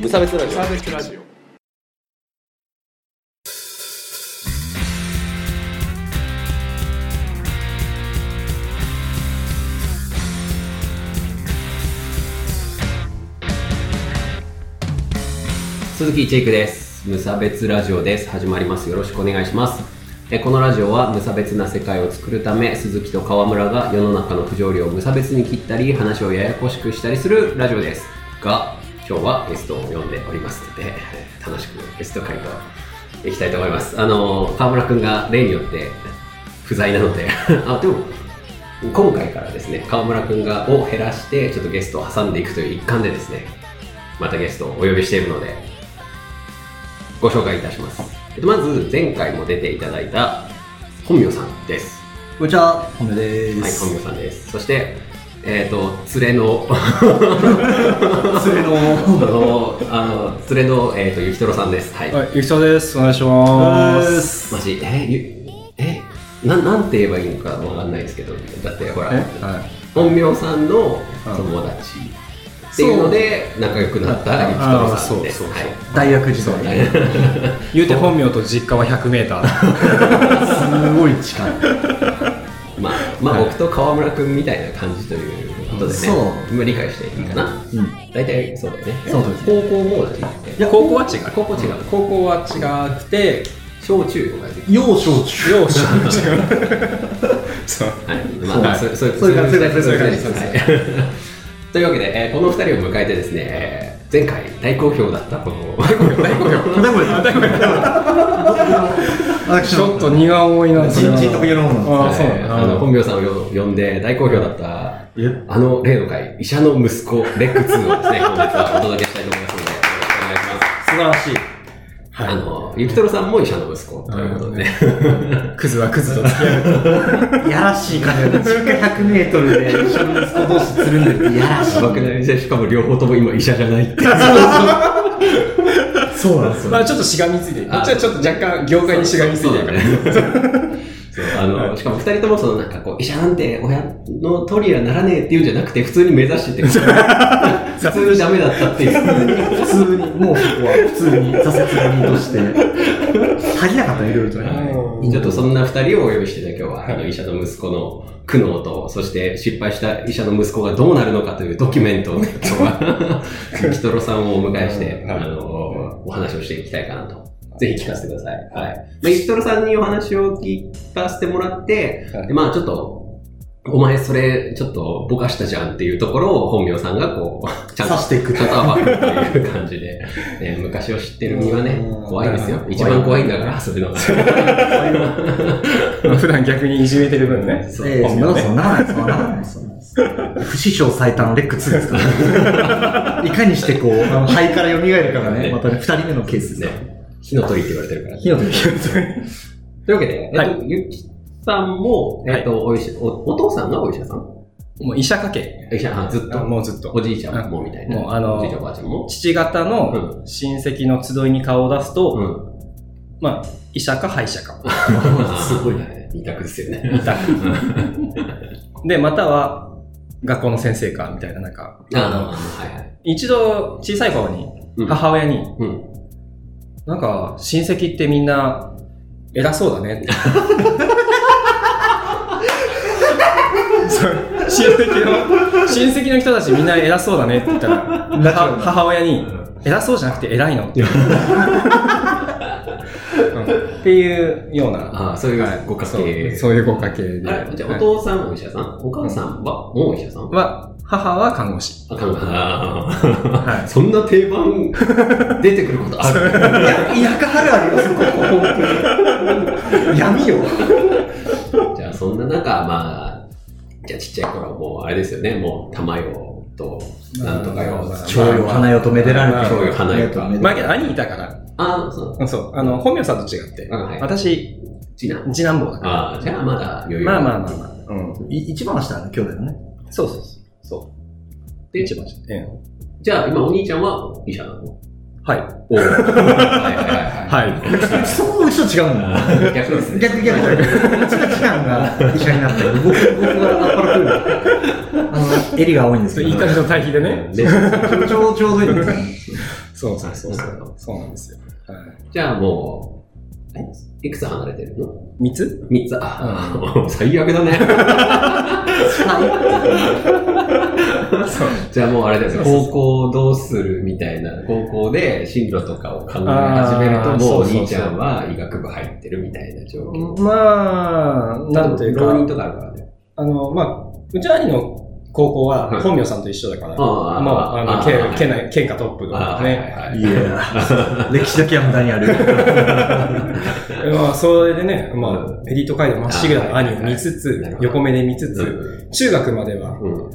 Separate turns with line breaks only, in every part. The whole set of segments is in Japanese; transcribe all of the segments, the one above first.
無差別ラジオ
サービスラジオ
鈴木チェイクです無差別ラジオです始まりますよろしくお願いしますえこのラジオは無差別な世界を作るため鈴木と川村が世の中の不条理を無差別に切ったり話をややこしくしたりするラジオですが今日はゲストを呼んでおりますので楽しくゲスト会をいきたいと思いますあの川村くんが例によって不在なのであでも今回からですね川村くんがを減らしてちょっとゲストを挟んでいくという一環でですねまたゲストをお呼びしているのでご紹介いたします。えっと、まず前回も出ていただいた本名さんです。
こんにちは、本名で
はい、
す。
本名さんです。そして、えっ、と、連れの、あ
失礼の。は
の、 あの連れの、えっ、と、ゆきとろさんです。はい。
はい、ゆきさです。お願いします。
マジ、えーゆ、えな、なんて言えばいいのかわかんないですけど、だってほら、
はい。
本名さんの
うん
友達っていうので仲良くなったゆきとろさんで
あーそうそ
す。
うそう
はい
大学時代 ね。
言うて本名と実家は100メーター。
すごい近い。
まあ、まあ、
はい
僕と川村君みたいな感じということでね、
そう
まあ理解していいかな、
うん。
大体そうだよね
そうです
高校も同じだよね
いや
高校は違う。
高校違う
高校は違くて
小中とかで
幼少中。
両親 違う。そう。
はいまあ
そ
そうそういう
そういう感じ
そういう感じ
そういう感じ
はい というわけで、えーこの二人を迎えてですね、えー前回大好評だったこの大好評大好評
でも、でも、私
ちょっ
の
と荷が重いな。
人人特有のもの
ああ、そう
えーあ
な
の
ん
本名さんをよ呼んで大好評だった
なんです。
あの例の回医者の息子レック2をですね 本日はお届けしたいと思いますのでよろしくお願いします
素晴らしい。
あの、ゆきとろさんも医者の息子ということで、
だ。クズはクズと付き合 う。
いやらしい感じだね。地下100メートルで一緒に息子同士つるんでるっていやらしい。
僕の医者、しかも両方とも今医者じゃないって。
そうなんです
まあちょっとしがみついてる。こ
あ
っちはちょっと若干業界にしがみついてるから。
そうあの、しかも二人ともそのなんかこう、医者なんて親の通りはならねえっていうんじゃなくて、普通に目指してて、普通にダメだったっていう。
普通に、もうそこは普通に挫折組として。足りなかったね、いろいろとね。
はい
ちょっとそんな二人をお呼びしてね、今日は、あの、医者の息子の苦悩と、そして失敗した医者の息子がどうなるのかというドキュメントをね、今日は、ゆきとろさんをお迎えして、
はい
あの、お話をしていきたいかなと。ぜひ聞かせてください。はい。まあ、ゆきとろさんにお話を聞かせてもらって、
はい
でまあちょっと、お前それちょっとぼかしたじゃんっていうところを本名さんがこう、ちゃんと
刺していく
ちゃんと暴くっていう感じで、ね、昔を知ってる身はね
う、ん
怖いですよ
う。ん
一番怖いんだから、そういうのが。
普段逆にいじめてる分ね。
そう
ええ、そんなことそんなことないそんなことないそんなことない。不死鳥最短レック2ですから、ね、いかにしてこう、あの肺から蘇るからね、またね、二人目のケースですね。
ね、火の鳥って言われてるから。
火の鳥。
というわけで、え
は
っと、ゆきさんも、えっと、お医者、お、お父さんがお医者さん
もう医者家系。
医者、あずっと。
もうずっと。
おじいちゃんもみたいな。
もうあの
おじいちゃんおばあちゃんも。
父方の親戚の集いに顔を出すと、
うん。
まあ、医者か歯医者か。
すごいね。二択ですよね。
で、または、学校の先生か、みたいな、なんか、
あの、はいはい。
一度、小さい頃に
うん、
母親に、
うん。
なんか、親戚ってみんな、偉そうだねって。そう親戚の、親戚の人たちみんな偉そうだねって言ったら、は母親に、偉そうじゃなくて偉いのって。うんっていうような、
ああ、そうい
は
う
い
ご家
そう
庭。
そういうご家系で。
あれじゃあ
はい
お父さんお医者さんお母さんはもうお医者さん
は、母は看護師。
あ、看護あ
は
ー そんな定番出てくることあ る
いや、田舎あるあるよ、そこ、本当に。闇よ。
じゃあそんな中、まあ、じゃあちっちゃい頃はもうあれですよね、もう玉よと、なんとかよ、
蝶よ、花よとめでられて。
蝶よ花よと
めでられて
まあ、けど兄いたから、
ああ、そう。
うんそう、あの、本名さんと違って、
うんはい
私、
次男。
次男坊だから。
ああ、じゃあまだ余裕。
まあまあ
あ。
まあまあ。うん。
い一番下の兄弟のね。
そうそうそう。そう。で、一番下。ええ
じゃあ今お兄ちゃんは医者なの
はい。
おはいはいは
はい。
そこも一緒違うんだ。
いはい。逆ですね。
逆逆だよ。うちの次男が医者になって、僕、僕がアッパラクール。あの、襟が青いんですけど。
言い方の対比でね。
ね。
ちょうちょうどいいんですよね。
そうそうそうそ
なるほ
う。そうなんですよ。はい。
じゃあもう、えいくつ離れてるの
三つ
?3 つ。あ、 最悪だね。
そう。
じゃあもうあれです
そうそう
高校どうするみたいな、高校で進路とかを考え始めると、
あー
もうお
そうそうそう
兄ちゃんは医学部入ってるみたいな状況。
まあ、なんという
浪人
か、
とかあるからね。
あの、まあ、うち兄の高校
はい
は本名さんと一緒だから、もう、
あ
あの、
ー
県、県内、県下トップの
あー
ね。
はいはい
い
はい
や歴史だけは無駄にある。
まあ、それでね、ま
う
あ、エリート街道まっしぐらの兄を見つ
はい
つ
なるほ、ど
横目で見つつ、中学までは
うん。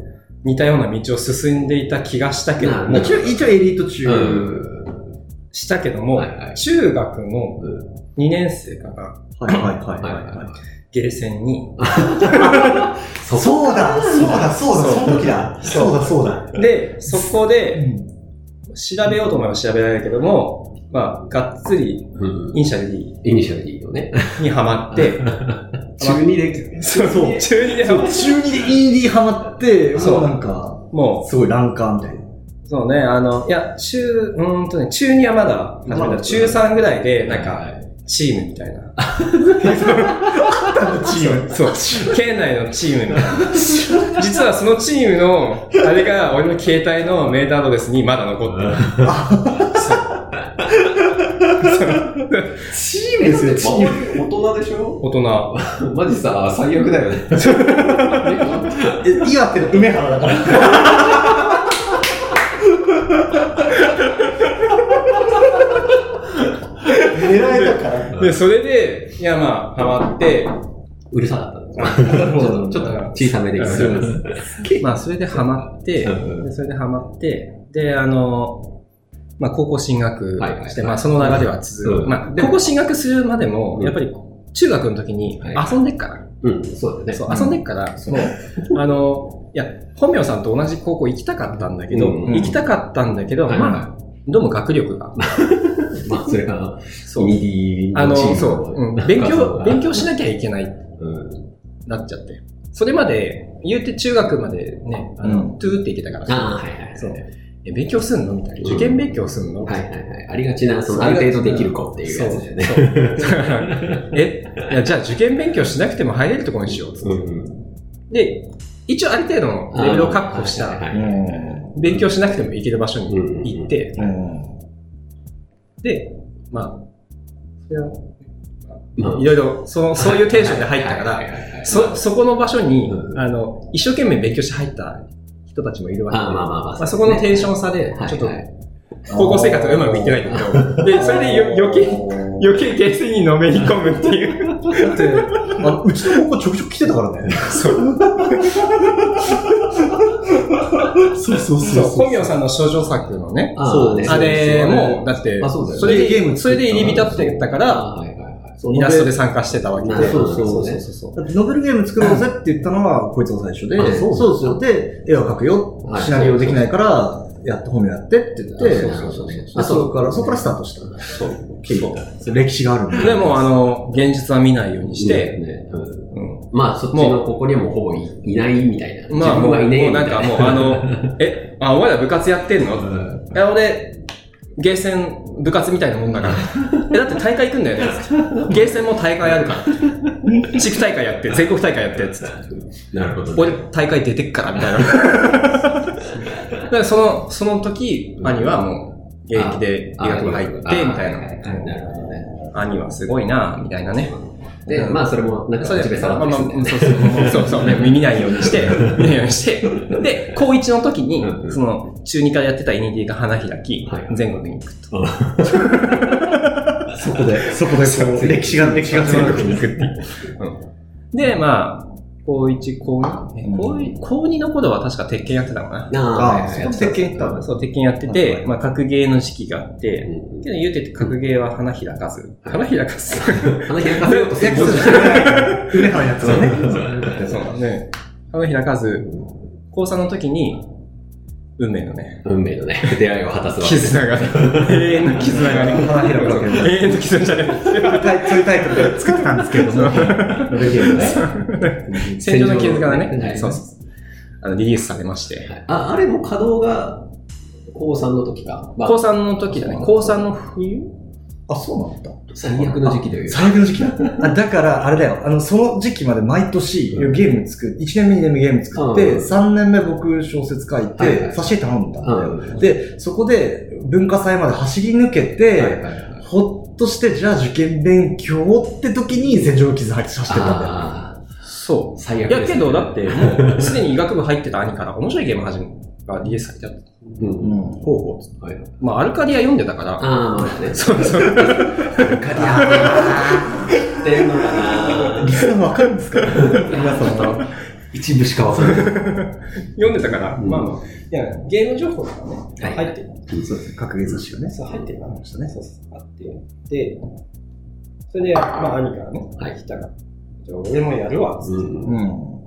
似たような道を進んでいた気がしたけど
な
も
る、
一応、一応エリート中。
うん。
したけども
はいは、い
中学の
うん
2年生から
はいはいはい
は
はいい、
はい
は
ゲーセンに、
い。そうだ、そうだ、そうだ、その時だ。そうだ、そうだ。
で、そこ
う
で
ん
調べようと思えば調べられるけども、まあ、がっつり
うん。
イニシャル D
イニシャル D のね。
にハマって、
中二で、
そう
そう
中二でハマって
中二で ED ハマって、
そ
も
う
うなんか、
も
すごいランカーみたいな。
う、そうね、あの、いや、中、うーんとね、中2はまだ始めた、
まだ
中3ぐらいで、 なん
は
か、
い
チームみたいな。
チー ム。
そう、県内のチームみたいな。実はそのチームの、あれが俺の携帯のメールアドレスにまだ残ってる。
チームですよ、チーム。
大人でしょ
大人。
マジさ、最悪 だよね。
え、岩手の梅原だから。狙えたから。
で、それで、いやまあ、ハマって、
うるさかったんですよちょっと、ちょっと小さめでいきます。
まあ、それでハマって、
うん
でそれでハマって、で、あの、まあ、高校進学して、
はいはいはい
まあ、その流れは続く。
うん
まあ、高校進学するまでも、
うん
やっぱり、中学の時に
はい
遊んでっから、
うん、そうだよね。
そう、遊んでっから、 その、あの、いや、本名さんと同じ高校行きたかったんだけど、
うん
行きたかったんだけど、
はい
まあ、どうも学力が。
まあ、それが、
そう
ミディ
あ
の
の、
チーム
そう、うん
なんか
勉
そう
強、
だ
勉強しなきゃいけない
うん。
なっちゃって。それまで、言うて中学までね、あの、
う
トゥーって行けたから
ああ、はいはいはい。
そうえ、勉強すんのみたいな。
うん
受験勉強すんの、
はいはいはい。ありがちな、その、ある程度できる子っていうやつだよね。
そう。 え、いやじゃあ受験勉強しなくても入れるとこにしようっつって、
ん。
で、一応ある程度のレベルを確保し
はいは
た、
いはい
勉強しなくても行ける場所に
うん
行って、
うん。
で、まあ、それは
まあ
いろいろ、その、そういうテンションで入ったか
はい
ら、
はいはいはい
そ、そこの場所に
う、ん
あの、一生懸命勉強して入った人たちもいるわけで、
ああまあまあまあ
まあそこのテンション差で
は、い
ちょっと
はい、
高校生活がうまくいってないんだけど、で、それでよ余計、余計下水にのめり込むっていう。
だって、あのうちの高校ちょくちょく来てたからね。そう。そうそう
そ、
そうう。
本名さんの少女作のね、
ああ
そう
ね
あれ
そうそう
も、だって
あそうだよね、
それ
ゲー
で、
ム作った
それで入り浸ってたから、
はいはいはい。
そう
イラストで参加してたわけ
なる
で。
ほど
そうそうそう。
だってノベルゲーム作ろうぜって言ったのは、こいつが最初で、
あそう
そうですよ。で、絵を描くよ
は。い
シナリオできないから、やって、本名やってって言って、
あそうそうそうそう
あそこから、そこからスタートした。
そう。
結構。歴史があるん
でも、あの、現実は見ないようにし
して、
て、
ねうん
うん
まあ、そっちのここにはもうほぼいいないみたいな。
まあ、
自
も
分
う、
はい
も
ねえ
う
み
な
た
ん
いな
か。もう、あの、え、あ、お前ら部活やってんの
うん
いや、俺、ゲーセン、部活みたいなもん だから。え、だって大会行くんだよね。ゲーセンも大会あるから。地区大会やって、全国大会やって、つって。
なるほどね。
俺、大会出てっから、みたいな。だからその、その時、兄はもう、現役で医学部入って、み
ああ
たい
あ
な。
なるほどね。
兄はすごいな、みたいなね。
で、
うん
まあ、それも、なんか、
それ
口
で、
笛
まあま
触っ
あ
たりす
そう
るんだよね
そう、そうそう、ね、見ないようにして、見ないようにして、で、高1の時に
うんう、ん
その、中2からやってた ND が花開き
はい、
全国に行くと。
そこで、そこで、その歴史が、歴史が強くに行くっていう。
で、まあ、高1、高2、え
うん
高一高2の頃は確か鉄拳やってたのか
ああ、
あ
はい
そ
は
う
い
な。鉄拳
たんだ
そう、鉄拳やって
は
て
い、
まあ、格ゲーの時期があって、
うん
けど言うてて格ゲーは花開かず。花開か ず。
花開かせようとする。
梅原やつだね。
そうね。花開かず、高3の時に、運命のね、
運命のね、出会いを果たすわけです。
絆がね、永遠の絆がね、
花開くわけね
永遠の絆じゃない。
タイそういうタイトルで作ってたんですけれども。レゲエのね。
戦場の絆が
はい
ね、そうそうそうあのリリースされまして。
あ、あれも稼働が、高3の時か。まあ
高3の時だね。高3の冬
あ、そうなんだ。
最悪の時期という。
最悪の時期だ。あだから、あれだよ。あの、その時期まで毎年、
うん
ゲーム作る。1年目、2年目ゲーム作って、
うん
3年目僕小説書い
はいは
て、
い
差し入れ頼んだんだよ。
うん
で、そこで文化祭まで走り抜けて、
はいはいはい
ほっとして、じゃあ受験勉強って時に戦場の傷走ってたんだ よ。
あ
そ
ー最
う。い
悪
や、
です
け
ね
ど、だって、もう、すでに医学部入ってた兄から、面白いゲーム始めが DS 書いてあった。
うん
うん
ほうほ。
はいう
まあ、アルカディア読んでたから、
ああ、まあね。
そうそう。
ガディアーってんのかな
リスナーわかるんですか皆
ちょっ
様。
と一部しかわかんない。
読んでたから、
うん
まあまあ、いや、ゲーム情報とかね、
はい
入ってる。
そうですね。格言雑誌がね。
そう、入ってるから。
ましたね。
そうそう、あって、で、それで、まあ、兄からね、
はい
来たから、じゃあ俺もやるわ、つって。
うん
う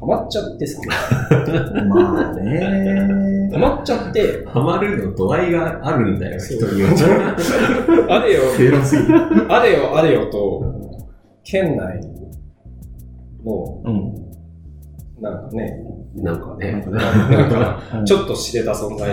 ハマっちゃって さ、
ん。まあね
ハマっちゃって、
ハマるの度合いがあるんだよ、
そう
人によ って。
あれよ、
正論すぎる。
あれよ、あれよと、県内の、
うん。
なんかね、
なんか
なん
ね。
かね。
なんか、
うん
ちょっと知れた存在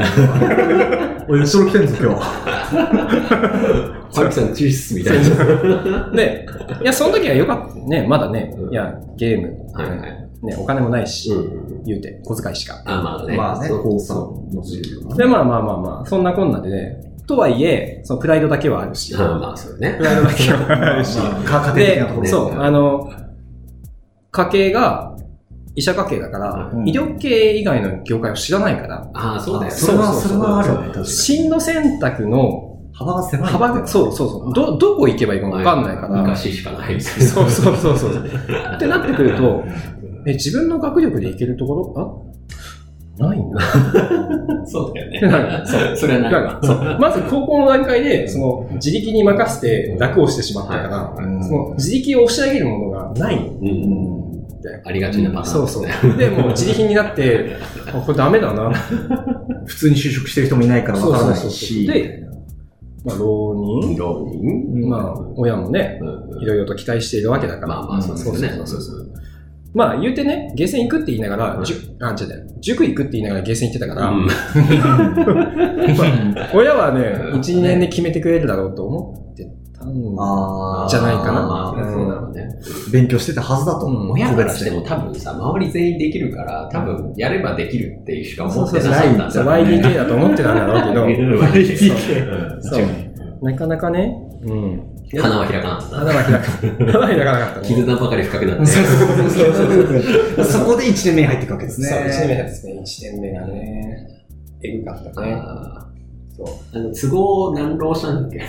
おい、後ろ来てんぞ、今日。
パンキさん、チースみたいな。
で、いや、その時は良かったね、まだね、
うん
いや、ゲーム、
はいはい。
ね、お金もないし、
うん。
言うて、小遣いしか。
あ、まあね。
まあね、
そう
高三の授 業
で、まあまあまあまあ、そんなこんなでね、とはいえ、そのプライドだけはあるし、
あ まあ、そうね
プ。ライドだけはあるし、
家庭的
で
なところ、
ね
そう、あの、家系が、医者家系だから、
うん
医療系以外の業界を知らないから、
ああ、そうだよ。
それは、それはあるよね、確かに。
進路選択の
幅が狭い。
幅が、そうそうそう、ど、どこ行けばいいかわかんないから、
昔しかないみたいな。
そうそうそうそう。 ってなってくると、え、自分の学力でいけるところ、あないな。
そうだよね。
そ
それはないわ。
そうまず高校の段階で、その、自力に任せて楽をしてしまったから、
は
うん
その、自力を押し上げるものがないん
う。
うんん。
だよ。
ありがちなパターン。
そうそう。で、もう自力になって、あこれダメだな。
普通に就職してる人もいないからわからない し。
そうそうそうそうでまあ、浪人。
浪人
まあ、親もね、いろいろと期待しているわけだから。
まあまあ、そうですね。
そうそうそうそう。まあ、言うてね、ゲーセン行くって言いながら、じゅあ、違う違う塾行くって言いながらゲーセン行ってたから、
うん
うん
親はね、1、
うん
2年で決めてくれるだろうと思ってたん
あー
じゃないかな
まあ、そうだろうね。
勉強してたはずだと
う
思
ん
う。
親からして
個
も多分さ、周り全員できるから、多分やればできるっていうしか
そ
思
う
っ
そう
て
そう。
なかったんだろうね。
YDK だと思ってたんだろうけ ど、
別に。
そう。なかなかね、うん。
花は開かなかった。
花は開かない。花は開かなかったね。
絆ばかり深くなって。
別にそこで1年目に入っていくわけですね。
そう、1年目ですね。1年目がね、えぐかったね。
あ
そう。
ーあの、都合何浪したんだっ け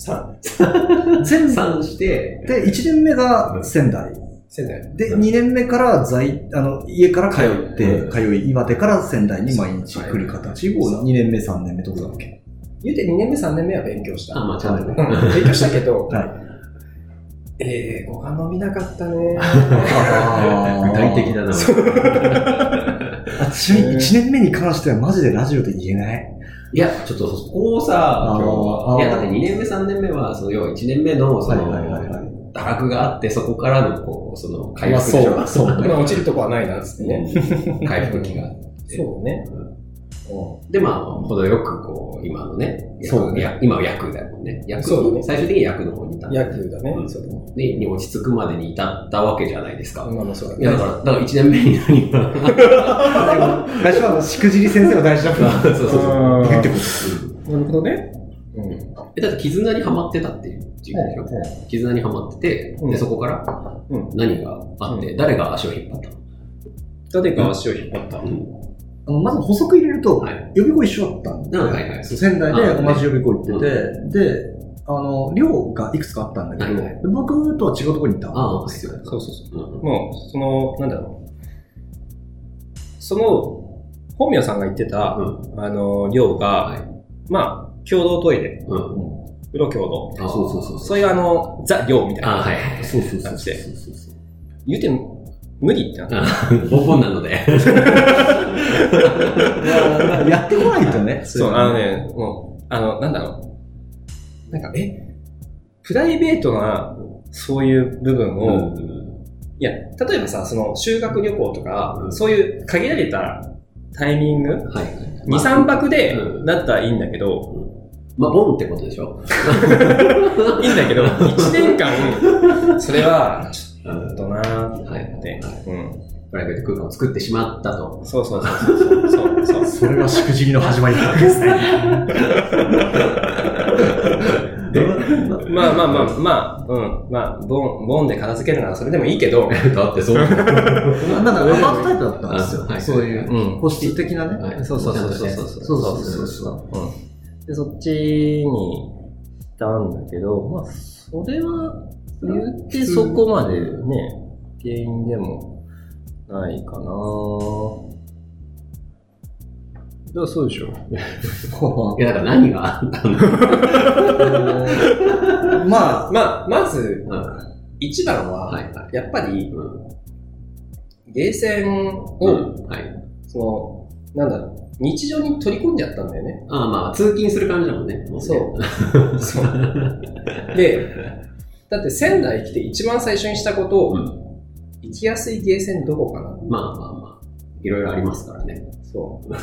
さあ、
全部。
算して、
で、1年目が仙台。
仙台。
で、
うん
2年目から在、あの、家から通って、
うん
通い、岩手から仙台に毎日来る形
そ
を
う
2年目、3年目とかだっけ。
言うて2年目、3年目は勉強した。
あ、まあちゃんと
う
ね。
ん勉強したけど、
はい
ええー、ご飯伸びなかったね。
具体的だな。
あちなみに1年目に関してはマジでラジオで言えない。
いや、ちょっとそこをさ、
あー
今日は
あー
いや、だって2年目、3年目は、その、要は1年目の、その、
はい。
堕落があって、そこからの、こう、その、回復でしょ
まあそうそう
まあ落ちるとこはないな、つってね。
うん回復期があって
そうね。うん
で、まあ、程よく、こう、今のね、役
そうね
や今は役だもんね。役
そうだね
最終的に役の方にいた。
野球だね。
うん
そうだね。
でに落ち着くまでに至ったわけじゃないですか。
今もそうだ
いや、だ
ね。
から、だから1年目に何が。
最初はあのしくじり先生が大事だから。
そうそうそう。
あー
言ってこと
なるほどね。うん。
え、だって絆にはまってたっていう時期でしょ。絆にはまってて、
うん
で、そこから
うん
何があって、
う
誰が足を引っ張ったの
誰が足を引っ張った
うん
あのまず補足入れると、
はい。
予備校一緒だったんで、
うんはいはい
そう仙台で
あ
同じ予備校行ってて、で、あの、寮がいくつかあったんだけど、
はいはい
で僕とは違うところにいた
あ
ん
あ、
ですよ。
そうそうそうう。
ん。
もう、その、なんだろう。その、本名さんが言ってた、
うん
あの、量が、
はい
まあ、共同トイレ、
うん。
風呂共
あ
同。
そうそうそう
そういうあの、ザ・量みたい
あ
な。
はいはい。
そうそう
そうそう
そうそう。
言うて、無理ってなった。
うんボンボンなので。
やってこないとね。
そう、あのね、もう、あの、なんだろう。なんか、え、プライベートな、そういう部分を、いや、例えばさ、その、修学旅行とか、
うん
そういう限られたタイミング
はいはい。
?2、
まあ
3泊で
う、ん
だったらいいんだけど、
まあ、ボンってことでしょ
いいんだ けど、1年間、それは、ち
うん。
ょっ
は
となー
い。はい
って。うん。
プライベート空間を作ってしまったと。
そうそうそうそう。そうそう
それがしくじりの始まりなんですね。
まあまあまあ、まあ、うん。まあ、ボン、ボンで片付けるならそれでもいいけど、
だってそう。
なんだからアパートタイプだったんですよ。
はい
そういうう、
ん。
個室的なね。
はい
そうそうそう
ちゃ
そう。そ
んと
う
ね
そうそうそう。
うん。で、そっちに行ったんだけど、まあ、それは、言ってそこまでね、原因でもないかなだからそうで しょ。
いや、だから何があったの
まあ、
まあ、まず、
うんは
一番は、
いはい。
やっぱり、
うん。
ゲーセン
う
を、
ん。はい。
その、なんだろう、日常に取り込んじゃったんだよね。
ああまあ、通勤する感じだもんね。もね
そう。そう。で、 だって仙台来て一番最初にしたことを、
うん
行きやすいゲーセンどこかな
まあまあまあ。いろいろありますからね。
そう。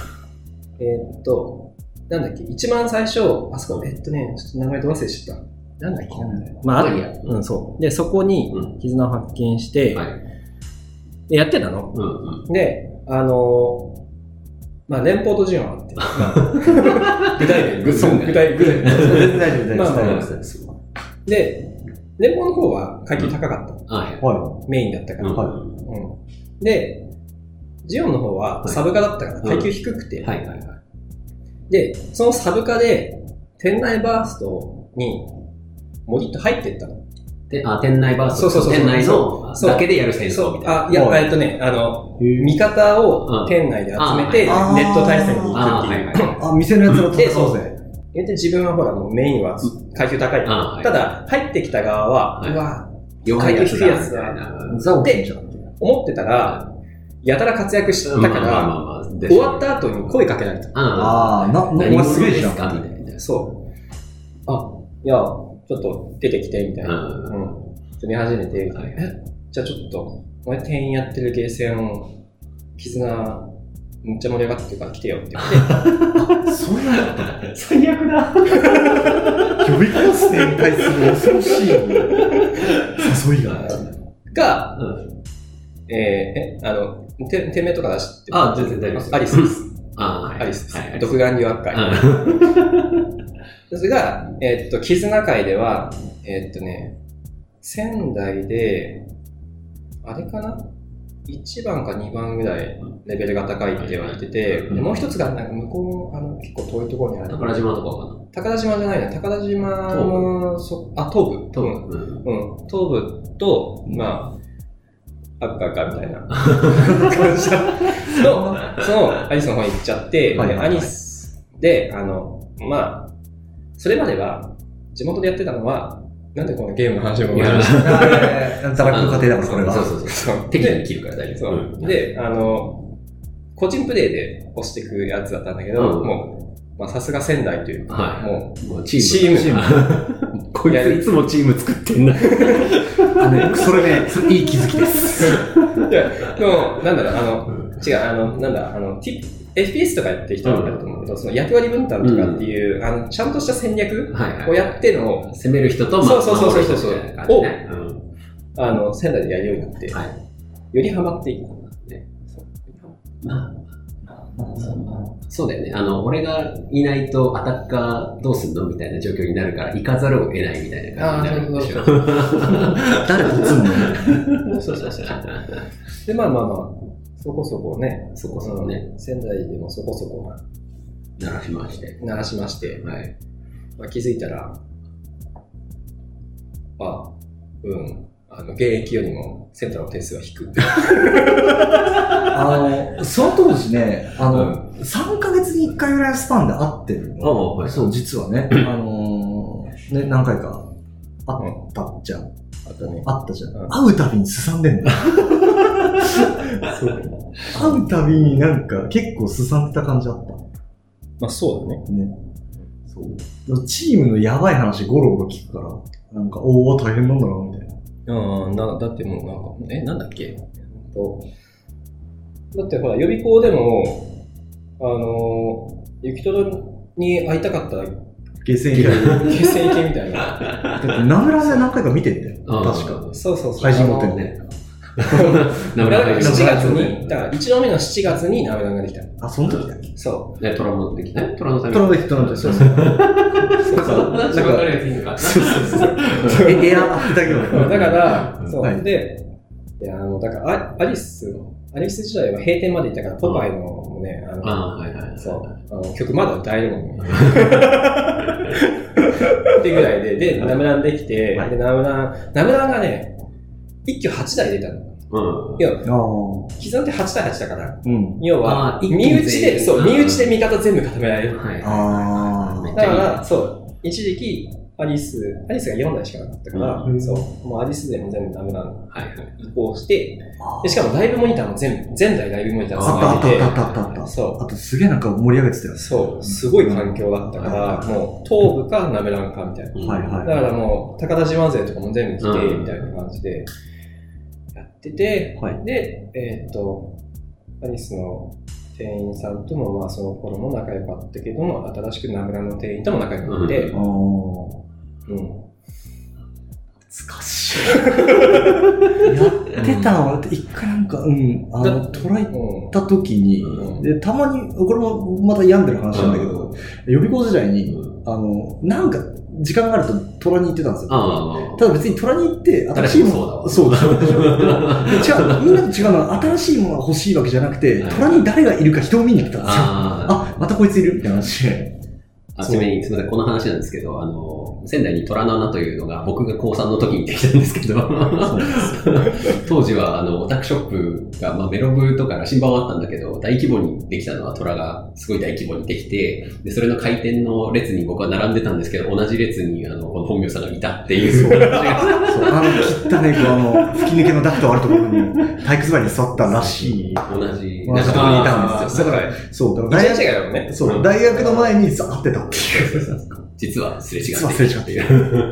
えーっと、なんだっけ、一番最初、あそこ、えっとね、ちょっと名前ど忘れしちゃった。なんだっけ、なんだよ。まあ、あ
い
る
や
や。うん、そう。で、そこに
うん
絆を発見して、
はい。
でやってたの。
うんうん。
で、あのーまあ、連邦とジオンあって。具体 名 そう、具体、具体名
全然大丈夫、大丈
まあま
夫。
あ
大丈夫ですは
で、連邦の方は階級高かった。
はい。
メインだったから。
うん
はい
うんで、ジオンの方はサブ化だったから
はい
階級低くて、
はいはいはい。
で、そのサブ化で、店内バーストに、もぎっと入ってったの。
で、あ、店内バースト
そうそうそう
店内の
そう
だけでやる戦
そ
争み
う、
たいな。
あ、いや、
はい
えっとね、あの、
い。
味方
うん
を店内で集めて、ネ
あはい
ット対戦に行
あ
くっ
ー
て
はいいうはい。はい
あ、店のやつら戦おうぜ。
で自分はほら、もうメインは階級高い。
あーはい
ただ、入ってきた側は、
はいう
わ、
弱いやつだみたい
階
な。
ザオキンじゃん。
思ってたら、やたら活躍したか
まあま
ら、
あまあ、
終わった後に声かけられた。
あ
ああ、な、お
あ、何
前
す
す
ご
げ
い
えじ
で
ゃ
すかみ
ん。
たいな。
そう。あ、いや、ちょっと出てきて、みたいな。
うん
うん。ちょっと見始めて、
はい
え じゃあちょっと、お前店員やってるゲーセン、絆、めっちゃ盛り上がってるから来てよって言 って、
そんな、
最悪だ。
呼び返す展開する恐ろしい誘いが。
が、
う
えー、え、あの、て店名とか出して。
あ全然大丈夫です
ア リスです。
ああ、はい。
アリスです。
はい。
独眼流悪会。
うん
それが、えーっと、絆会では、えーっとね、仙台で、あれかな ?1 番か2番ぐらいレベルが高いって言われてて、
うん
でもう一つがなんか向こうのあの結構遠いところにある。
宝島と
高田島じゃないな、高田島の、そあ、東部。
かかな。多分。
うん。うん、東部と、まあ、あっかあっかみたいな感じの、その、アリスの方に行っちゃって、
はいはいはい
でアリスで、あの、まあ、それまでは、地元でやってたのは、なんでこのゲームの話を思い出した
ザラック家庭だから、それは。
そうそうそう。
そう
適宜
で
切るから大丈
そ
夫。
う。
ん、
で、あの、個人プレイで押していくやつだったんだけど、
うん
もう、まあ、さすが仙台というか、
はい
もう、
もうチ
チーム
ム。こいついつもチーム作ってんな。
あのねそれね、それいい気づきです。
いやでも、なんだろう、あの、
うん
違う、あの、なんだ、あの、ティ FPS とかやってる人なんだと思うけど、その役割分担とかっていう、あの、ちゃんとした戦略
はいはい。
をやってのを、
攻める人と、
そうそうそうそう
守る人みたいな感じね
あの、仙台でやるようになって、
は
よりハマっていく。
うんまあそうだよね。あの、俺がいないとアタッカーどうすんのみたいな状況になるから、行かざるを得ないみたいな感じになるんでしょ。
誰とつん の
そうそうそう。で、まあまあまあ、そこそこね、
そこそこね、
うん仙台でもそこそこ
鳴らしまして。
鳴らしまして、
はい。
まあ、気づいたら、あ、うん、あの、現役よりもセンターの点数は低い。
あの、その当時ね、あの、3ヶ月に1回ぐらいスパンで会ってるの。
おはい。
そう、実はね、あのー、ね、何回か会ったじゃん。
あとね、
あったじゃん。
うん
会うたびにすさんでんの。会うたびになんか結構すさんでた感じあった。
まあそうだね。
ね。そう。チームのやばい話ゴロゴロ聞くから、なんか、おお大変なんだな、みたいな。
うん、な、だってもうなんか、え、なんだっけえっとだってほら、予備校でも、あのー、雪とに会いたかったら、
ゲス以外だ
ゲス行けみたいな。
って、ナムラで何回か見てんだよ。
うん
確か。
そうそうそう。
配信持ってるね。
あの。
村
だか
が
ら 7
入る
月
ね
に、だから1度目の7月にナメダンができた。
あ、その時だっけ
そ
ね、虎もできない虎のため
トラ
に。
ベキトラベキ、そ うそう。
そんな自分のやついいのか。
え、エアーだけど。
う。だから、そう。
はい
で、いや、あの、だからア、アリスの、アリス時代は閉店まで行ったから、ポパイのもね、あの、
ああー、はいはい。
そう。あの曲まだ歌えるもんね。ってぐらいで、で、ナムランできて、
はい
で、ナムラン、ナムランがね、一挙8台出たの。
うん。
いや、
ああ。
既存って8対8だから、
うん。
要
あ
は、
ー一気
身
に
内で、
全員
そう、
うん
身内で味方全部固められる。
はい。
あ
めっち
だか
ゃ
ら、そう、一時期、アリス、アリスが4台しかなかったから、
うん
そう、もうアリスでも全部ダメなの。
いい。はいはい。
移行して、
あ
でしかもライブモニターも全部、全台ライブモニター
あっ
つな
たあっ
いで
たあったあったあったた。
そう
あとすげえなんか盛り上げてたよ
て、そう、すごい環境だったから、
うん
もう、東部かナメランかみたいな。
はいは
だ
い
からもう、高田島勢とかも全部来て、
うん
みたいな感じで、やってて、
はい
で、えーっと、アリスの店員さんとも、まあその頃も仲良かったけども、新しくナムラの店員とも仲良くなって、
ああ。
うん
懐かしい。やってたの、一回なんか、うん、あの、トライ行っ
うん
た時に、
うん
で、たまに、これもまた病んでる話なんだけど、予備校時代に、あの、なんか、時間があると虎に行ってたんですよ。
あ
ただ別に虎に行って、新しいもの、
誰でもそうだ
そうでしょでも違う、みんなと違うのは、新しいものが欲しいわけじゃなくて、
はい
虎に誰がいるか人を見に来たんですよ。
あ。あ
あ、またこいついるって話で。
あ。ちなみに、すみません、この話なんですけど、あの、仙台に虎の穴というのが僕が高3の時にできたんですけど、 当時は、あの、オタクショップが、まあ、ベロブとか羅針盤はあったんだけど、大規模にできたのは虎がすごい大規模にできて、で、それの回転の列に僕は並んでたんですけど、同じ列に、あの、この本名さんがいたっていう、 そういう話が
そう、あの、汚ね、こう、あの、吹き抜けのダクトあるところに、体育座りに座ったらしい。
同じ、
同じところにいたんですよ。
あー
だから、そう、だから
一
大
日違い
学、
だもんね。
そう、大学の前にさ、会ってたっていう。
実はすれ違
実は
っ
す
て
れ
る
違ってい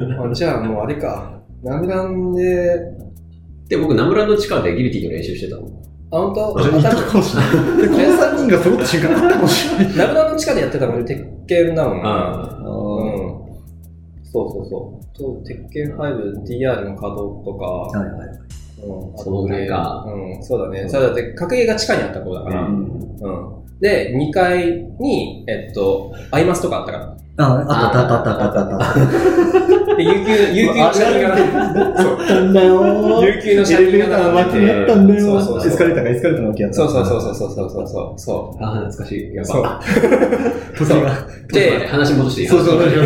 る。
あじゃあもうあれか、ナムランで、
で、僕、ナムラの地下でギルティの練習してたもん。
あ、本当
あじゃあいたかもしれない。で、この3人が揃った瞬間、会ったかもしれない。
ナムランの地下でやってたもんね、鉄拳だもんね。
あ
うん。そうそうそう。と、鉄拳5、DR の稼働とか、
はいはいはい。
うん
そのぐらいか。
うん、そうだね。そうだって、格ゲーが地下にあった頃だから。うん。で、2階に、えっと、アイマスとかあったか
あ、あったあったあったあったあったあった。
ら。で、有 給、有給の車輪が、そう
あったんだよ
有給の車輪が
エレベーターの脇にあったんだよ。
そうそうそう
エスカレーターがエスカレーターの脇にあった。
そうそうそうそうそうそうそう。そ
あー、懐かしい。や
う。
っ
そ
ぱ。
う。そ
時が。
う
で、話戻していい
そうそう。ごめんごめ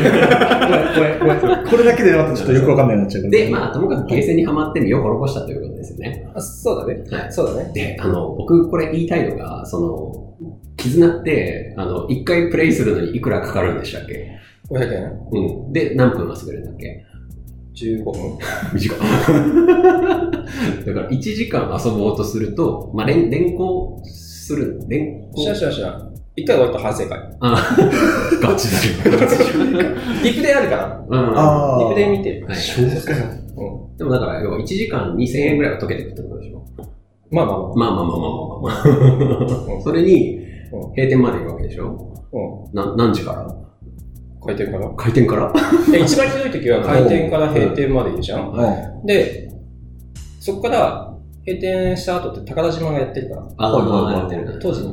んごめん。これだけでなかったらちょっとよくわかんないようになっちゃうけど
で、まあ、ともかくゲーセンにはまって身を滅ぼしたということですよね。
あそうだね。
はい。
そうだね。
で、あの、僕、これ言いたいのが、その、絆って、あの、一回プレイするのにいくらかかるんでしたっけ
500円
うん。で、何分遊べるんだっけ
?15 分
短い。 だから、1時間遊ぼうとすると、まあ、連、連行する、連
知ら
行
ん 知らん知らん。1回終わると反省会。
あ、ガチだよ。ガチ だよ。
リプレイあるから。
うん。
ああ。
リプレイ見てる。
はい
そうかよ。
うん。
でもだから、要は1時間2000円ぐらいは溶けてくってことでしょ
まあまあまあ。
まあまあまあまあまあまあまあ。
うん。
それに
う、
閉店までいるわけでしょ
う
な何時から
ん。回転から
開店から
で一番ひどい時は開店から閉店までいるじゃん。
うん
で、そこから閉店した後って高田島がやってるから、
あ、
はいはいはい
やってる
当時
24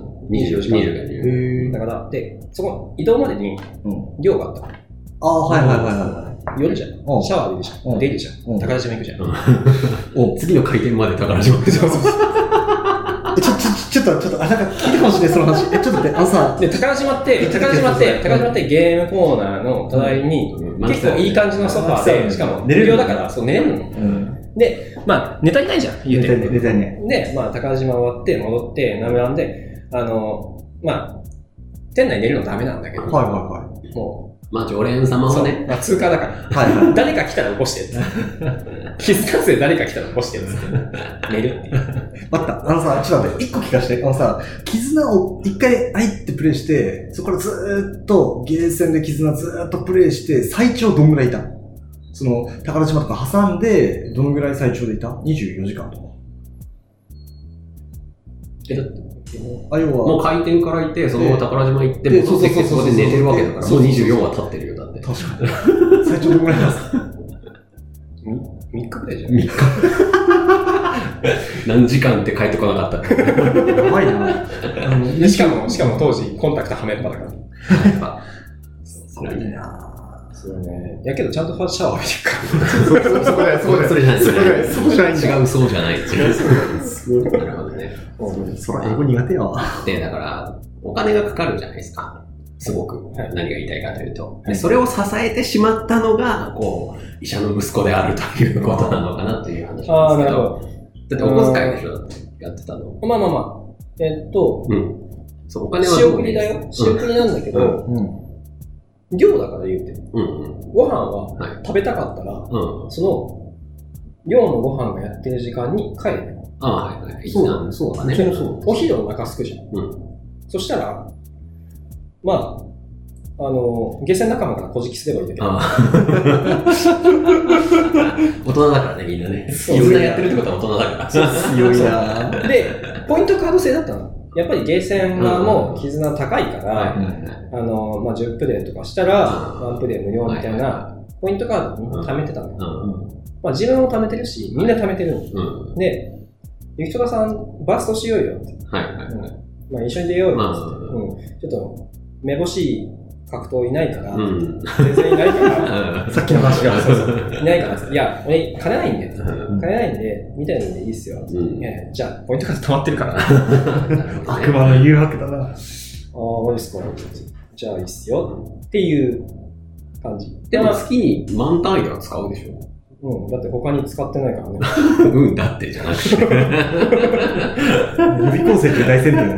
24
時
時
間。
間
24時間。
へ
だ
ー
から、で、そこ、移動までに
うん
量があった。
ああ、はいはいはいはい。
夜じゃん。シ
うん
ャワー浴びるじゃ。
うんん
出るじゃん。
うん
高田島行くじゃん。
お
次の開店まで宝島。
そうそうそ
えちょ、ちょ、ちょっと、ちょっと、あ、なんか聞いたかもしれない、その話。え、ちょっと待って、あのさ
う。、で、高田島って、高田島って、高田島ってゲームコーナーの隣に、結構いい感じのソファー
う
で、
ん
しかも、
寝
無
れる
料だから、そう、寝れるの。
うん。
で、まあ、ネタにないじゃん、言
出
う
た
て。
ね、出たね。
で、まあ、高田島終わって、戻って、ナムランで、あの、まあ、店内寝るのダメなんだけど、
はいは
も
まあ、常連様
う、
は
そう
ね。
ね、まあ、通過だから。
いはい。はいはい。
誰か来たら起こ してっつって。気づかずで誰か来たら起こしてっつって。寝るっていう。
待った、あのさ、ちょっと待って、一個聞かして。あのさ、絆を一回入ってプレイして、そこからずーっと、ゲーセンで絆ずーっとプレイして、最長どんぐらいいたのその、宝島とか挟んで、どのぐらい最長でいた ?24 時間とか。
え、
あ、要は、
もう開店から行って、そのまま宝島行って、
で
戻ってきて、そこで寝てるわけだから、
そ
も
う
う
そうそうそう
24は経ってるよ、だって。
確かに。最長どんぐらいなんですか
3日ぐらいじゃん。
3日。 何時間って帰ってこな かった
やばいな。あの、
でしかも、しかも当時、コンタクトはめっぱだから。
やっぱ。そ
いい
れ
な
そうね。やけど、ちゃんとファッシャワー入れるか
そそそこだよ、そこだよ。
それじゃない
それじゃないそうじゃないんだ
違う、そうじゃない。違う、そうじゃない。
すご い。
なるほどね。
そら、英語苦手やわ。
で、だから、お金がかかるじゃないですか。すごく。
はい
何が言いたいかというと。
はい
でそれを支えてしまったのが、こう、医者の息子であるということなのかなという話
ら。
なんですけど。
ど。
だってお小遣いでしょ、だってやってたの。
まあまあまあ。えっと、
うん。そう、お金は
仕
どう
送りだ
う
よ
ん。
仕送りなんだけ
うん
ど、
うん。
量だから言うて。
うんうん。
ご飯は
はい。
食べたかったら、
うん。
その、量のご飯がやってる時間に帰る。
ああ、はいはい。
そう
一段
そうだ
ね
そうそう
お昼お腹すくじゃん。
うん
そしたら、まあ、あの、下船仲間から小じきすればいいんだけど、
ああ。 大人だからね、みんなね。
そう
絆やってるってことは大人だから。
強いなぁ。
で、ポイントカード制だったの。やっぱりゲーセンはもう絆高いから、
はいはい
あの、まあ、10プレイとかしたら、
うん
1プレイ無料みたい
は
な、ポイントカードみんな貯めてたのよ。
うん
まあ、自分も貯めてるし、みんな貯めてるの。
うん。
で、ゆきとかさん、バーストしようよって。
はいはいはい。
まあ、一緒に出ようよ
ま
っ
あ
つって。うん。ちょっと、めぼしい格闘いないから、
うん。
全然いない から、
さっきの話が。
そうそういないからっつって、いや、俺、金ないんで、
う
金ないんで、みたいなんでいいっすよ。
ん
いやいやじゃあ、ポイントカード溜まってる から。
悪魔の誘惑だな。
ああ、マジっすか。じゃあいいっすよ。っていう感じ。
で
で、
も
まあ、
月に満単位は使うでしょ
うん、だって他に使ってないからね。
うん、だってじゃなくて。
予備校生っていう大戦闘だ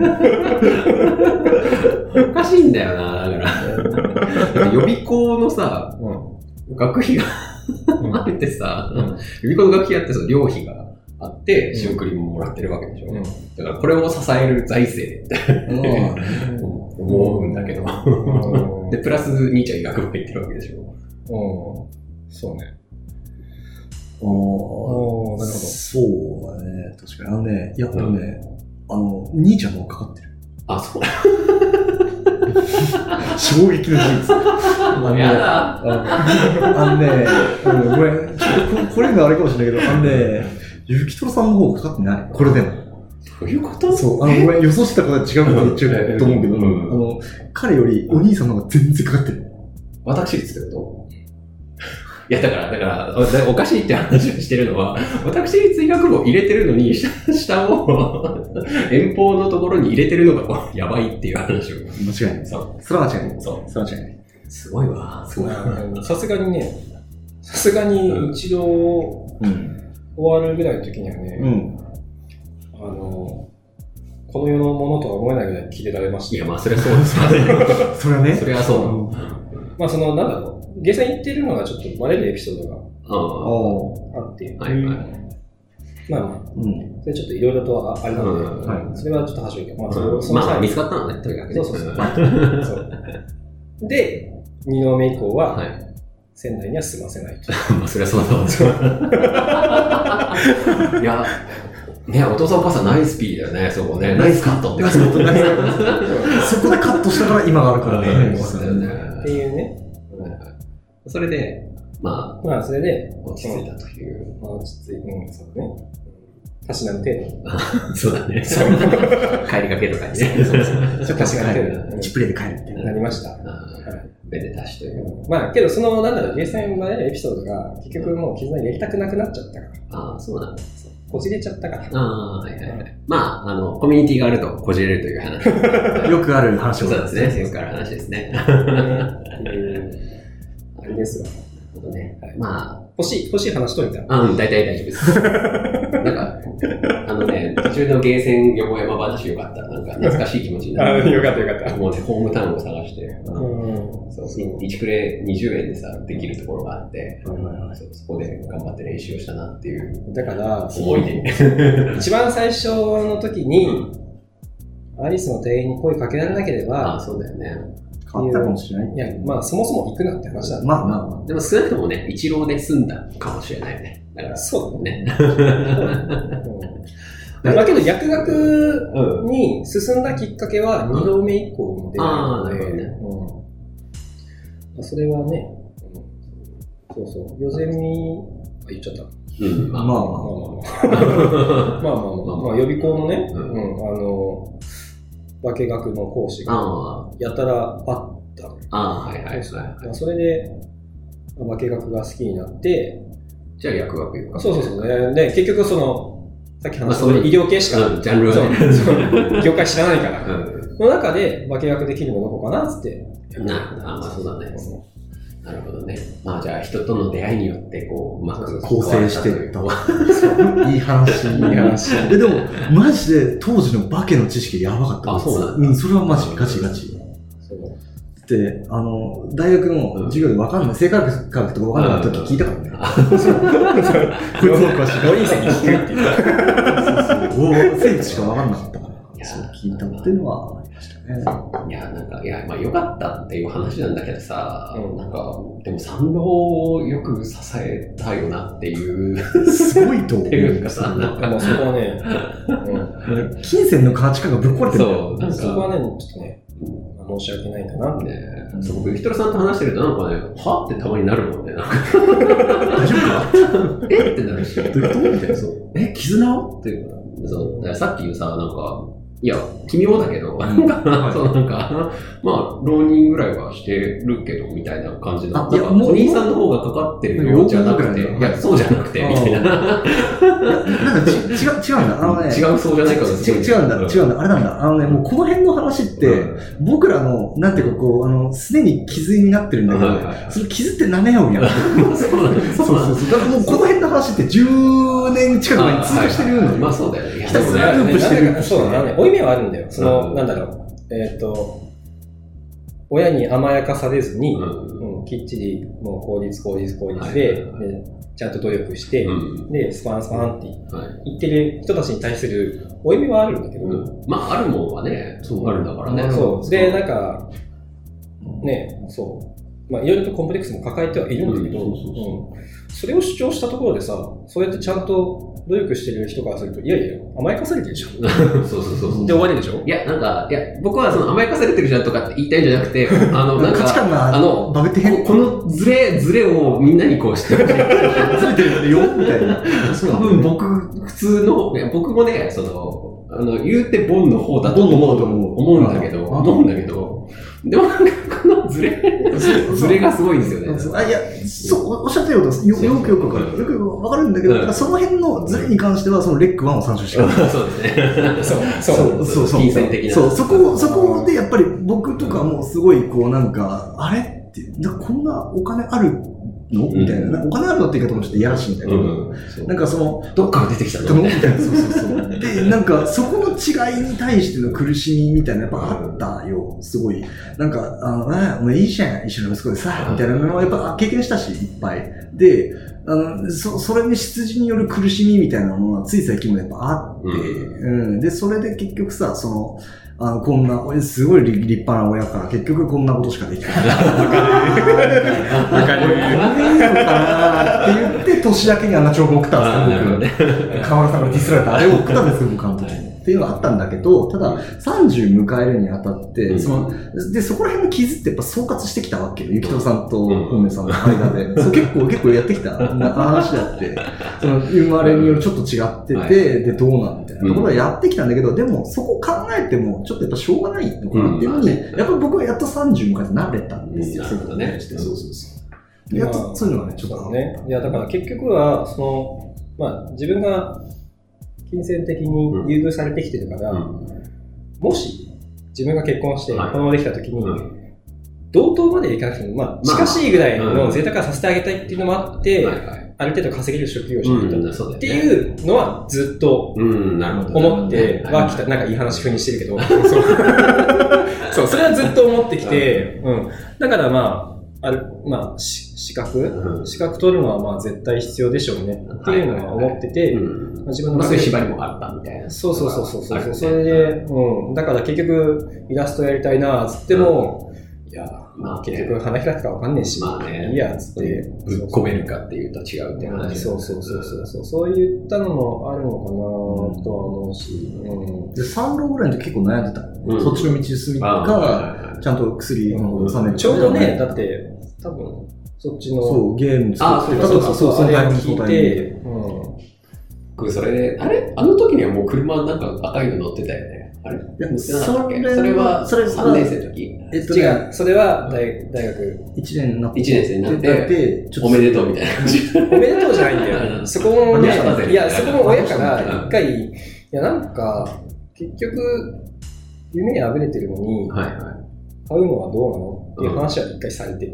ね。
おかしいんだよな、だから。だって予備校のさ、
うん。
学費があってさ、予備校の学費あってその寮費があって、仕送りももらってるわけでしょ。
うん
だからこれを支える財政って思うんだけど。
うん。
で、プラス兄ちゃん医学部入ってるわけでしょ。
うん。そうね。
おー
おおなるほ
そうだね。確かに。あのね、いや、でもね、あの、兄ちゃんの方がかかってる。
あ、そう
衝撃の事実。あのね、
や
あ
だ。
のあのね、うんごめん、ちょっとここれがあれかもしれないけど、あのね、ゆきとろさんの方がかかってない。これでも。
どういうこと
そう、あの、ごめん、予想してたことは違うこと言っちゃうと思うけど、
う
あ
ん
の、彼よりお兄さんの方が全然かかってる。
私立ってこといや、だから、だから、おだからおかしいって話をしてるのは、私立医学部を入れてるのに、下下を、遠方のところに入れてるのが、やばいっていう話を。
間違いない。
そ
それは間違いな
う。
い。
そ
それは間違いない。
う。すごいわ。すごい。
ど。さすがにね、さすがに一度終
うん。
わるぐらいの時には
う
ね、
ん。
あの、この世のものとは思えないぐらい切れられました
いや、。まあ、それはそうですわ。
それはね。
それはそう。
まあ、その、なんだろう。下船行ってるのがちょっとバレるエピソード
あ
あ
あ。
があって、
あ。はいはい。
まあまあ、
うん。
それちょっといろいろとああれなので、
うん
は
それはちょっと端折りか。まあ、そのその
まあ、
際
見つかったのね、とにかくね。
そうそうそう
うん
そう で、2度目以降は、
はい。
仙台には住ませない と。
まあ、それはそうだわ。いや、ね、お父さんお母さんナイスピーだよね、そこね。ナイスカッ トって
ナイスカットナイスカットそこでカットしたから今があるからね。
そうだよね
っていうね。
それで、ま
まあ、それで、
あ、落ち着いたという。
まあ、落ち着いて、うん、そうだね。たしなむ程度。
そうだね。
そう
帰りかけとかにね。そうそう
ちょっと確かに
うん1プレイで帰るっていう。
なりました。は
めでたしという。
い、まあ、けど、その、なんだろう、ゲーセンまでのエピソードが、結局もう絆やりたくなくなっちゃったから、
ああ、そうなんだ。そう
こじれちゃ ったから。
ああ、はいはいはい。まあ、あの、コミュニティがあるとこじれるという話。
よくある話
そ
を
うですね。よくある話で すね。なる
っていうあれですわ。
ほどね
はい
まあ、
欲しい、欲しい話とみたいな。
あうん、大体大丈 夫です。なんか、あのね、途中のゲーセン横山話よかった。なんか懐かしい気持ち になる。
かったよかっ
もうね、ホームタウンを探して、
うん。
そう1プレイ20円でさ、できるところがあって、そうそこで頑張って練習をしたなっていう
だから、
思い 出に。
一番最初の時に、アリスの店員に声かけられなけれ
あ
ば
あ、、そうだよね。
変わったかもしれない
い。や、まあ、そもそも行くなって話だね。
まあまあま
でも少なくとも ね、一浪で済んだかもしれないよね。だから、
そう
ね。
だね。うんまあけど薬学
うん。
に進んだきっかけは2度目以降の出会いなので、
あ
うんそれはね、うんそうそう、ヨゼミ、あ、言っちゃった。
うん。
ま
ま
あ
あ
ま
まあ
あ
まあ
ま
まあまあ、まあまあまあ予備校のね、
う
うんん、あの、化学の講師が
あ
やたらあったのよ
あ、ああ、はいはいはい
ま
は
あそれで、化学が好きになって、
い。じゃあ、薬学いうか。
そうそうそう。えーで、結局その、さっき話した
まあそういう
医療系しか、
うん、ジャンル
そ
はね。
うそう業界知らないから。
う
の中で化学できるのどこかなっつって。
ん。な、あまあそうだね。なるほどね。まあじゃあ人との出会いによってこう、うまく
構成していった
変
わ
わっ
いい話。
いい話。
え、でも、マジで当時の化けの知識やばかったです
あそうなん
うん、それはマジ、ガチガチ。
そう
で、あの、大学の授業でわかんない、生化学科学とかわかんなかった時聞いたからね。こいつの詳しい。
ロリン席低いっていう。
おー生物しかわかんなかったから。
いや
そう聞いたっていうのはありましたね。
たといういや、なんか、いや、まあよかったっていう話なんだけどさ、
うん
なんか、でも三郎をよく支えたよなっていう、っ
すごいと 思
ていうか
う。
さ、なん
も
か、
うそこはね、うん
金銭の価値観がぶっ壊れてるんだよ
そう、 なん
そこ
か、
はね、ちょっとね、申し訳ないんだな。
ね、そう僕、ヒトラさんと話してるとなんかね、はってたまになるもんね、なんか、
大丈夫か
えってなるし。
どういうことみたいな。
そうえ、絆をっていうか、そう、だからさっき言うさ、なんか、いや、君もだけど、なんか、そう、 なんか、まあ、浪人ぐらいはしてるけど、みたいな感じの、
あいや
なんか
も
お
う
兄さんの方がかかってるようじゃなくて、
なんか
いや、そうじゃなくて、
あー
みたいな。
なんかち違う、違うんだ。あのね。
違うそうじゃないか
ち違うんだ、違
う。
うんだ、あれなんだ、あのね、もうこの辺の話って、
ん
僕らの、なんていうか、こう、あの、すでに傷になってるんだけ
はいはいは
ど、
い
その傷って舐め合うやん。
そうなんだ、
そう
そうなんだ
そうそう。だからもうこの辺の話って10年近く前に通過してる
あはいはい
の
はいまあ
よ。
そうだよね。いや
ひたすら
でもね
ループしてる
なんだかそうだね。負い目はあるんだよ。そうの、
ん
なんだろう。えっと、親に甘やかされずに、
うん
うんきっちり、もう効率、効率、効率
はい
で、
はい
でちゃんと努力して、
うん
で、スパンスパンって
はい
言ってる人たちに対する負い目はあるんだけど、
うんまあ、あるもんはね、そうあるんだから
ま
ね。
あそう。
で、
で、な
な
んん
か、
か、ね、そう。まあ、いろいろとコンプレックスも抱えてはいるんだけど、
う
うん
そ
んそれを主張したところでさ、そうやってちゃんと努力してる人からすると、いやいや、甘やかされてるでしょ。で、
そうそうそうそう。
終わりでしょ
いや、なんか、いや、僕はその甘やかされてるじゃんとかって言いたいんじゃなくて、あの、なん
価値
か、
観が
あの
バグって
こ
変
このズレ、ズレをみんなにこうしてほしい。
ずれてるよ、みたいな。そう
多分僕、普通の、いや僕もね、その、あの、言うてボンの方だと
ボンの
思
方
う
だと思う
思うんだけど、
うん
思うんだけど、でもなんかこのズレ、ズレがすごいんですよね。
あいや、そう、おっしゃってることよよくよくわかる。よくよくわかるんだけど、
うん
だからその辺のズレに関しては、そのレック1を参照してる。
そうですね。
そう、
そうそうそう。
金銭的な
そう、そこ、そこでやっぱり僕とかもすごいこうなんか、あれって、なこんなお金あるのみたいな。
うん
なんかお金あるのって言い方もちょっといやらしいんだけど、
うん。そう
なんかその、
どっから出てきた
ど
の
のみたいな。そうそうそう。で、なんかそこの違いに対しての苦しみみたいなやっぱあったよ。すごい。なんか、あの、ね、お前いいじゃん、一緒の息子でさ、みたいなのはやっぱ経験したし、いっぱい。で、あの、そ、それに羊による苦しみみたいなものはつい最近もやっぱあって、
うん
うん、で、それで結局さ、その、あの、こんな、俺すごい立立派な親から、結局こんなことし かできない。わかる。わかるのかなって言って、年明けにあんな情報送った
あ
ん
ー
で
な
す
る
よ、
ほど
僕。
ね。
河原さんがディスられた、あれを送ったんですよ、僕あの時。っていうのがあったんだけど、ただ、30迎えるにあたって、
うん
その、で、そこら辺の傷ってやっぱ総括してきたわけよ。ゆきとさんと本明さんの間で。そう結構、結構やってきたな話だって。その、生まれによるちょっと違ってて、
はい
で、どうなんみたいなところはやってきたんだけど、でも、そこ考えても、ちょっとやっぱしょうがないのかなっていうのに、やっぱ僕はやっと30迎えて慣れたんですよ。
うんなるほどね
そういうことに対してそうそうそう。でやっと、そういうのがね、ちょっとあの、
ね。いや、だから結局は、その、まあ、自分が金銭的に優遇されてきてるから、もし、自分が結婚して、子
はい
供できた時に、
うん
同等までいかなくても、まあ、
まあ
近しいぐらい
うん
の贅沢はさせてあげたいっていうのもあって、
はいはい
ある程度稼げる職業をしていた
うん、そうだよね。
っていうのはずっと
うん、なるほど。
思ってはきた、なんかいい話風にしてるけ ど、そうそう、それはずっと思ってきて、うん。だからまあ、ある、まあ、し資格
うん
資格取るのはまあ絶対必要でしょうねっていうのは思ってて、
うん
まあ自分
ま
の
あ、そういう縛
り
りもあったみたいな。
そうそうそうそうそ
ある
う。
ね
それで、うん。だから結局、イラストやりたいな、つっても、いいや、
まあ
結局花開くかわかんねえし、
まあね
いいや、つって。
ぶっ込めるかっていうと違うっていう話
そうそうそうそうそう。そういったのもあるのかなとは思うし、うん。
で、3郎ぐらいの時結構悩んでた。
うん
そっちの道進み
あ
か、
あ
ちゃんと薬の方を収める
ちょうどね、だって、多分、そっちの。
そう、ゲーム
あそう
た
かそう
時、
か
そう、
そう、
そ
あ
のタ
れ
イ
を
ミング、
聞
そ
い
のタイミン
て、
グ。
うん。
僕それであれあの時にはもう車なんか赤いの乗ってたよねあれ
いや
乗ってなかったっけ
それは
それは
それ
3
は
年生の時
えっと
違
ね、
う、それは大大学。
1年になって、
1年生になっ
で
て
ちょ
お
っと
めでとうみたいな感じ
おめでとうじゃないんだよ。そこもね
いや
いや、そこも親から一回、いや、なんか、結局、夢にあぶれてるのに、
はいはい
買うのはどうなのっていう話は一回されてて、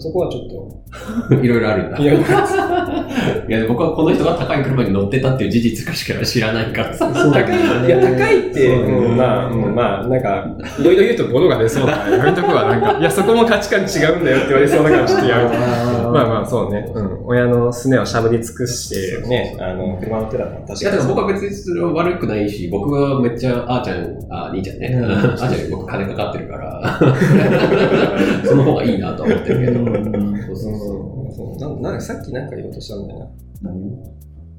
そこはちょ
あーいろいろあるんだ
っと、いや、
いや僕はこの人が高い車に乗ってたっていう事実かしか知らないからさ
そう
高い、いや、高いって、
そう
うんまあ、うんまあ、なんか、いろいろ言うとボロが出そうだから、やめとくわ、なんか、いや、そこも価値観違うんだよって言われそうだから、ちょっとやめとく。まあまあ、そうね、うん、親のすねをしゃぶり尽くして、ね、あの、車の手だったら確
いや
かに
だから。僕は別にそれは悪くないし、僕はめっちゃあーちゃん、あー兄ちゃんね、
うん
あーちゃんより僕金かかってるから、その方がいいなとは思ってるけど。そうそうそ
うんそうななんかさっきなんか言おうとしたんだよな。
何を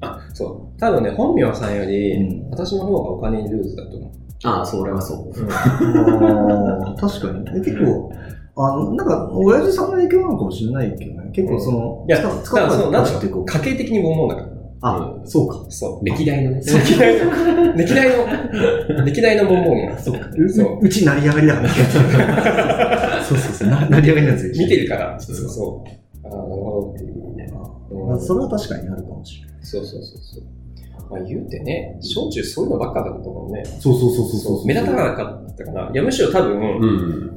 あ、そう。多分ね、本名さんより、
うん
私の方がお金にルーズだと思
うああ、それはそう。
う。
あー確かに。え結構、あの、なんか、親父さんの影響なのかもしれないけどね。結構その、
いや、
使
だ
う
か
使
ら
う
その、
の
なん
か
だ
って
ろ
こ
う、家計的にも思うんだから。
う。あ、そうか。
そう。
歴代のね。
歴代の、歴代の、歴代のボンボンが。そう
ううち成り上がりだ から。そうそうそう。な成り上がりなんですよ。
見てるから。
そ
そうう
そう
ああ、なるほどっていうね。
まあそれは確かにあるかもしれない。
そうそうそうそう。まあ言うてね、小中そういうのばっかだったもんね。
そうそうそうそう
目立たなかったかな。いや、むしろ多分、
うん。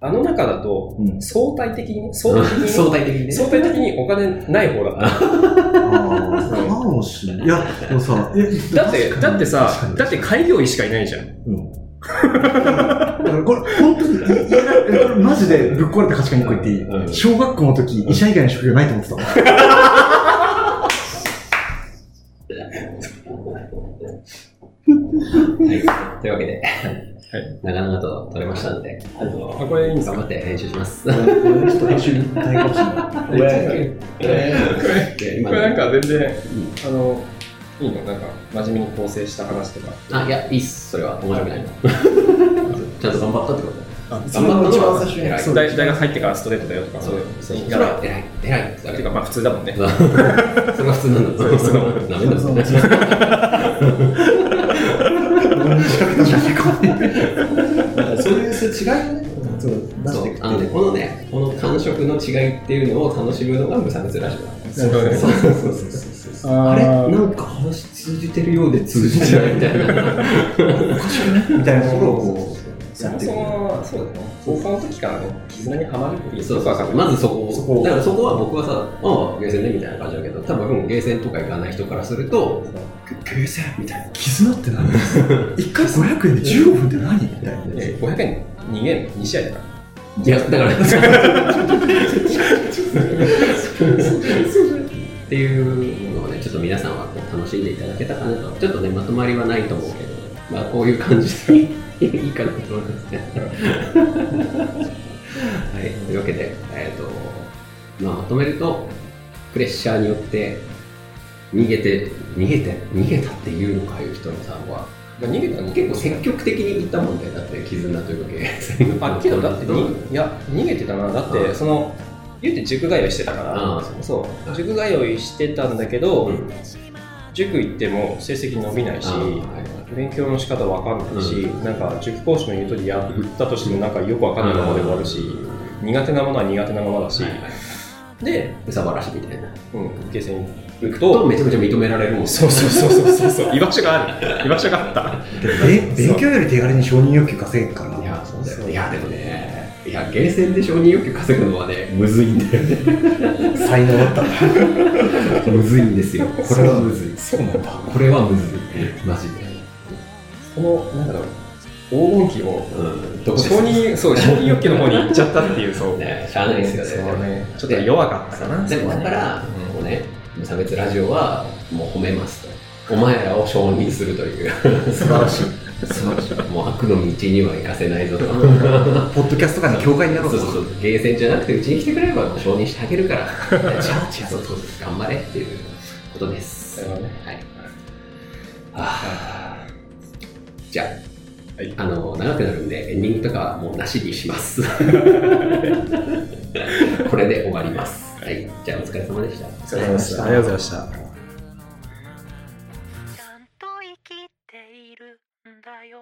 あの中だと、
うん。
相対的に、相対 的に、
相対的にね。
相対的にお金ない方だった。
ああ、かもしれない。いや、でもさ、え、
だって、だって
確か
さ
に、
だって開業医しかいないじゃん。
うん。だからこれ、本当に言えない、えこれマジでぶっ壊れた価値観に個言っていい、
うん
小学校の時、医者以外の職業ないと思ってたもん。
はい。というわけで、なかなかと取れましたので、あの、
あこれいいんですか
頑張って編集します。
ちょっと編集に大変かもしれない。
で今
これなん
ね
か全然、あの、いいのなんか、真面目に構成した話とか。
あ、いや、いいっす。それは面白く ない。ちゃんと頑張ったってこと
あ
それは一番最初
偉い
に。そう
大大学入ってからストレートだよとか、そういう。
そう
い
そ
や
れは偉い。偉い。
てか、まあ普通だもんね。
それが普通なんだ。
そうそう
ダメだ
そ
ぞ
う。
そういう違いをね。
そう、出
そ
して
う
いく。
あのね、このね、この感触の違いっていうのを楽しむのが無差別ラジオだ。
そう
そうそうそうそうそう。
あー
あれなんか話通じてるようで通じてないみたいな。
みたいなところをこう、
そ
やっ
も
てい
そ
く。
も、そうだね。高校の時からね、絆にはまるっていう
そう
こ
そう
と
そう。
は
まずそこ
そこ
を。だからそこは僕はさ、ああ、ゲーセンねみたいな感じだけど、多分ゲーセンとか行かない人からすると、ゲーセンみたいな。
絆って何 ?1 回500円で15分って何みたいな。
いや500円、2ゲーム、2試合だから。
いや、だから。っていうのをね、ちょっと皆さんはこう楽しんでいただけたかなと。ちょっとね、まとまりはないと思うけど、まあ、こういう感じでいいかなと思いますね。はい、というわけで、えっ、と、まあ、まとめると、プレッシャーによって、逃げて、逃げて、逃げたっていうのかいう人のさんは、
まあ逃げたの
結構積極的にいったもんね、だって、絆というか、ゲーセン
あけどだってにいや逃げてたなだっ
う
て
ん
その言うて塾通いしてたか
ああ
らそう塾通いしてたんだけど、
うん
塾行っても成績伸びないし
あはい
勉強の仕方わかんないし、なんか塾講師の言う通りやったとしてもなんかよくわかんないままで終わるし、苦手なものは苦手なままだし、で、
うさばらしみたいな。
うん、ゲーセン行く
と
と
めちゃめちゃ認められるもん。
そうそうそうそうそうそう 居場所がある居場所があった
え勉強より手軽に承認欲求稼げるから。
いや、そうだよね。いや、でもね、いや、ゲーセンで承認欲求稼ぐのはね、むずいんだよね。
才能だったな。
むずいんですよ。これはむずい。
そうなんだ。
これはむずい。マジで。
このなんだろう黄金期を
うん。どこです
承認そう承認欲求の方に行っちゃったっていうそう
ね、しゃあないですよ
そう
ね。
ねちょっと弱かったかな
でもだから、
うん
こうね、無差別ラジオはもう褒めますと。お前らを承認するという。
素晴らしい。
そう もう悪の道には行かせ ないぞと
ポッドキャスト界の教会になろう
そ
と
うそうそうゲーセンじゃなくてうちに来てくれれば承認してあげるからじゃあ
違う
そうそう頑張れっていうことです
なるほどね
はいはあじゃあ、あの長くなるんでエンディングとかはもうなしにしますこれで終わりますはいじゃあお疲れ様でした
お疲れ様でした
ありがとうございました。
ちゃんと生きているんだよ。